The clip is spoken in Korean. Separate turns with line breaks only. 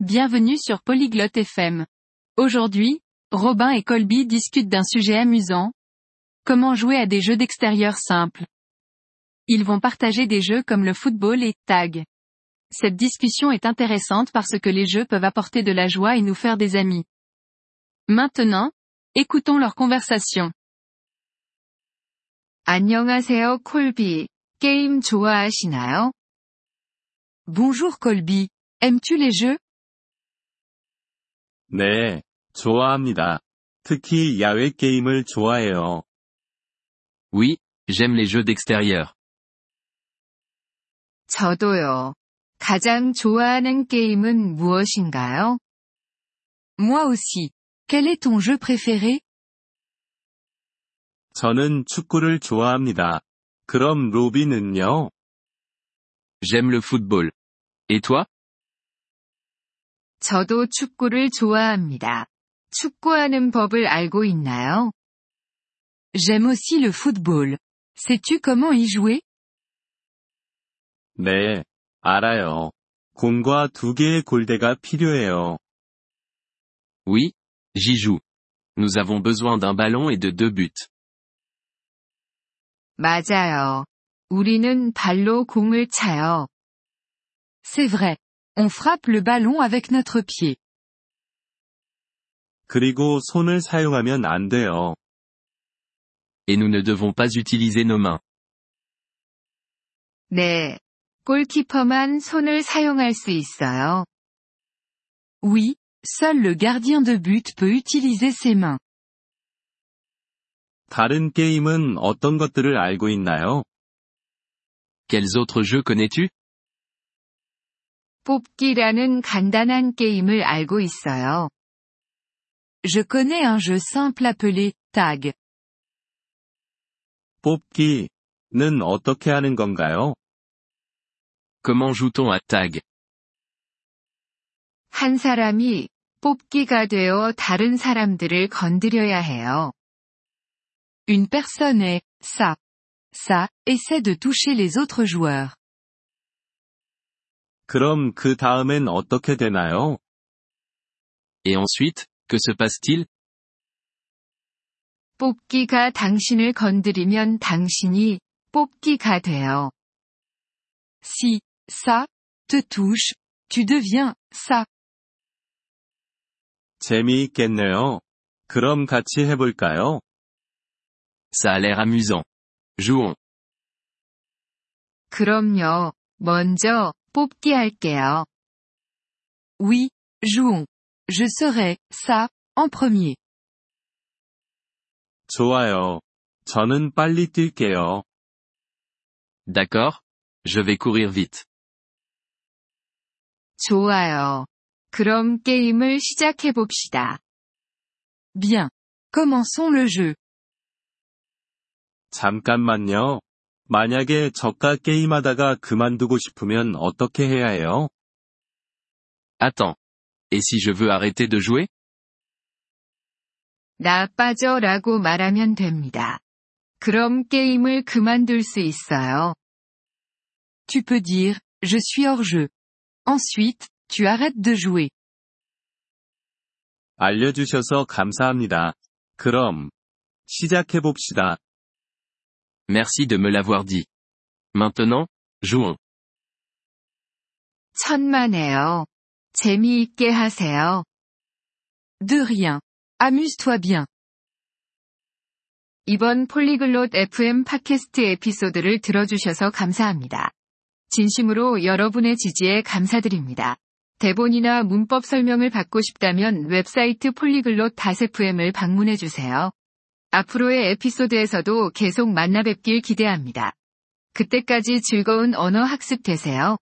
Bienvenue sur Polyglotte FM. Aujourd'hui, Robin et Colby discutent d'un sujet amusant. Comment jouer à des jeux d'extérieur simples. Ils vont partager des jeux comme le football et tag. Cette discussion est intéressante parce que les jeux peuvent apporter de la joie et nous faire des amis. Maintenant, écoutons leur conversation.
안녕하세요, 콜비. 게임 좋아하시나요?
Bonjour Colby. Aimes-tu les jeux?
네, 좋아합니다. 특히 야외 게임을 좋아해요.
Oui, j'aime les jeux d'extérieur.
저도요. 가장 좋아하는 게임은 무엇인가요?
Moi aussi. Quel est ton jeu préféré?
저는 축구를 좋아합니다. 그럼 로비는요?
J'aime le football. Et toi
저도 축구를 좋아합니다. 축구하는 법을 알고 있나요?
J'aime aussi le football. Sais-tu comment y jouer?
네, 알아요. 공과 두 개의 골대가 필요해요.
Oui, j'y joue. Nous avons besoin d'un ballon et de deux buts.
맞아요. 우리는 발로 공을 차요.
C'est vrai. On frappe le ballon avec notre pied.
그리고 손을 사용하면 안 돼요.
Et nous ne devons pas utiliser nos mains.
네. 골키퍼만 손을 사용할 수 있어요.
Oui, seul le gardien de but peut utiliser ses mains.
다른 게임은 어떤 것들을 알고 있나요?
Quels autres jeux connais-tu
뽑기라는 간단한 게임을 알고 있어요.
Je connais un jeu simple appelé tag.
뽑기는 어떻게 하는 건가요?
Comment joue-t-on à tag
한 사람이 뽑기가 되어 다른 사람들을 건드려야 해요.
Une personne est ça. Ça essaie de toucher les autres joueurs.
그럼 그 다음엔 어떻게 되나요?
Et ensuite, que se passe-t-il
뽑기가 당신을 건드리면 당신이 뽑기가 돼요.
Si ça te touche, tu deviens ça.
재미있겠네요. 그럼 같이 해볼까요?
Ça a l'air amusant. Jouons.
그럼요. 먼저 뽑기 할게요.
Oui, jouons. Je serai ça en premier.
좋아요. 저는 빨리 뛸게요.
D'accord Je vais courir vite.
좋아요. 그럼 게임을 시작해 봅시다.
Bien. Commençons le jeu.
잠깐만요. 만약에 저가 게임하다가 그만두고 싶으면 어떻게 해야 해요?
Attends. Et si je veux arrêter de jouer
나 빠져라고 말하면 됩니다. 그럼 게임을 그만둘 수 있어요.
Tu peux dire, je suis hors jeu. Ensuite, tu arrêtes de jouer.
알려주셔서 감사합니다. 그럼, 시작해봅시다.
Merci de me l'avoir dit. Maintenant, jouons.
천만에요. 재미있게 하세요.
De rien. Amuse-toi bien.
이번 폴리글롯 FM 팟캐스트 에피소드를 들어주셔서 감사합니다. 진심으로 여러분의 지지에 감사드립니다. 대본이나 문법 설명을 받고 싶다면 웹사이트 폴리글롯 FM을 방문해주세요. 앞으로의 에피소드에서도 계속 만나 뵙길 기대합니다. 그때까지 즐거운 언어 학습 되세요.